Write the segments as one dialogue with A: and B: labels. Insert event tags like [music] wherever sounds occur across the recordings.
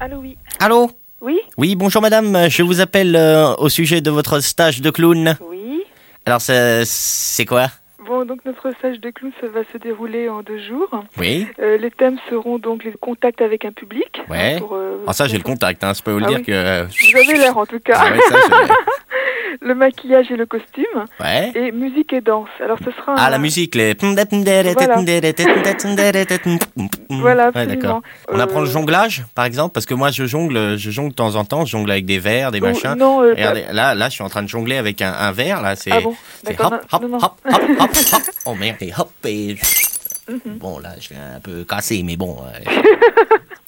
A: Allô, oui.
B: Allô
A: Oui
B: Oui, bonjour madame, je vous appelle euh, au sujet de votre stage de clown.
A: Oui.
B: Alors c'est c'est quoi
A: Bon, donc notre stage de clown ça va se dérouler en deux jours.
B: Oui.
A: Euh, les thèmes seront donc les contacts avec un public.
B: Ouais.
A: hein, pour, euh,
B: Ah ça j'ai le contact, hein, je peux vous le
A: Ah
B: dire
A: oui.
B: que... euh,
A: Vous avez l'air en tout cas.
B: ah ouais, ça,
A: [laughs]
B: je-
A: Le maquillage et le costume.
B: ouais.
A: Et musique et danse. Alors ce sera...
B: Ah
A: un-
B: la musique, les...
A: Voilà,
B: Voilà,
A: absolument.
B: On
A: Euh,
B: apprend le jonglage, par exemple, parce que moi je jongle, je jongle de temps en temps, je jongle avec des verres, des
A: bon,
B: machins.
A: Non, euh,
B: Et Regardez, là, là, je suis en train de jongler avec un, un verre, là, c'est...
A: ah bon,
B: c'est
A: d'accord. non,
B: hop, hop,
A: non, non.
B: hop, hop, hop,
A: [laughs]
B: hop, oh merde, et hop, et...
A: Mhm.
B: Bon, là, je l'ai un peu cassé, mais bon... euh,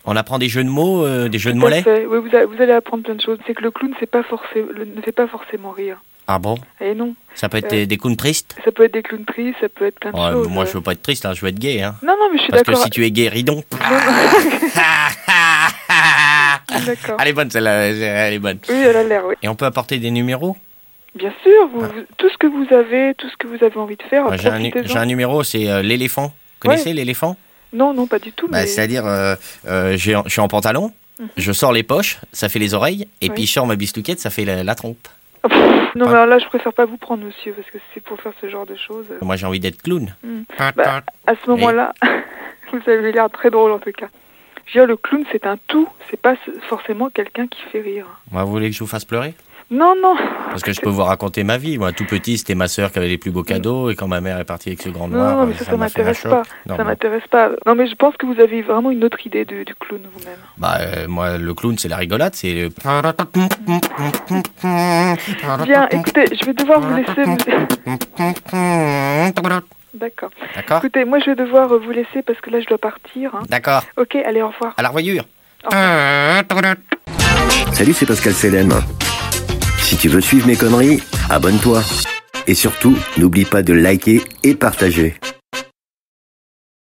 B: On apprend des jeux de mots, euh, des jeux de
A: Tout à
B: mollets
A: fait. Oui, vous, a- vous allez apprendre plein de choses. C'est que le clown c'est pas forcé- le- ne fait pas forcément rire.
B: Ah bon
A: Et non,
B: Ça peut être
A: Euh.
B: des, des coups de triste
A: ça peut être des clowns tristes, ça peut être plein de
B: Ouais,
A: choses.
B: mais Moi, je veux pas être triste, hein, je veux être gay, hein.
A: Non, non, mais je suis
B: Parce que
A: d'accord.
B: si tu es
A: [laughs]
B: gay, ridon...
A: D'accord.
B: Elle est bonne, celle-là, elle est bonne.
A: Oui, elle a l'air, oui.
B: Et on peut apporter des numéros
A: Bien sûr, vous, vous- tout ce que vous avez, tout ce que vous avez envie de faire,
B: Ah. Moi, J'ai un, nu-
A: profitez-en.
B: j'ai un numéro, c'est euh, l'éléphant. Vous connaissez l'éléphant
A: Non, non, pas du tout,
B: Bah,
A: mais
B: C'est-à-dire, euh, euh, j'ai- je suis en pantalon,
A: Mhm.
B: je sors les poches, ça fait les oreilles, et
A: Oui.
B: puis je sors ma bistouquette, ça fait la, la trompe.
A: Ah, pff, [laughs] non, mais
B: Ah.
A: alors là, je préfère pas vous prendre, monsieur, parce que si c'est pour faire ce genre de choses. euh,
B: Moi, j'ai envie d'être clown.
A: Mm. À ce moment-là, [laughs] vous avez l'air très drôle en tout cas. Je veux dire, le clown, c'est un tout, c'est pas ce- forcément quelqu'un qui fait rire.
B: Moi, vous voulez que je vous fasse pleurer
A: Non, non,
B: Parce que je peux vous raconter ma vie. Moi, tout petit, c'était ma sœur qui avait les plus beaux cadeaux, et quand ma mère est partie avec ce grand
A: Mm. non,
B: noir,
A: non, mais
B: euh,
A: ça, ça,
B: m'a fait un
A: m'intéresse
B: choc.
A: pas.
B: Non,
A: ça
B: non.
A: m'intéresse pas. Non, mais je pense que vous avez vraiment une autre idée du, du clown vous-même.
B: Bah, euh, moi, le clown, c'est la rigolade, c'est le...
A: Bien, écoutez, je vais devoir vous laisser. vous- [laughs] D'accord.
B: D'accord
A: Écoutez, moi, je vais devoir euh, vous laisser parce que là, je dois partir. hein.
B: D'accord.
A: Ok, allez, au revoir.
B: À la revoyure.
C: Salut, c'est Pascal Selem. Si tu veux suivre mes conneries, abonne-toi. Et surtout, n'oublie pas de liker et partager.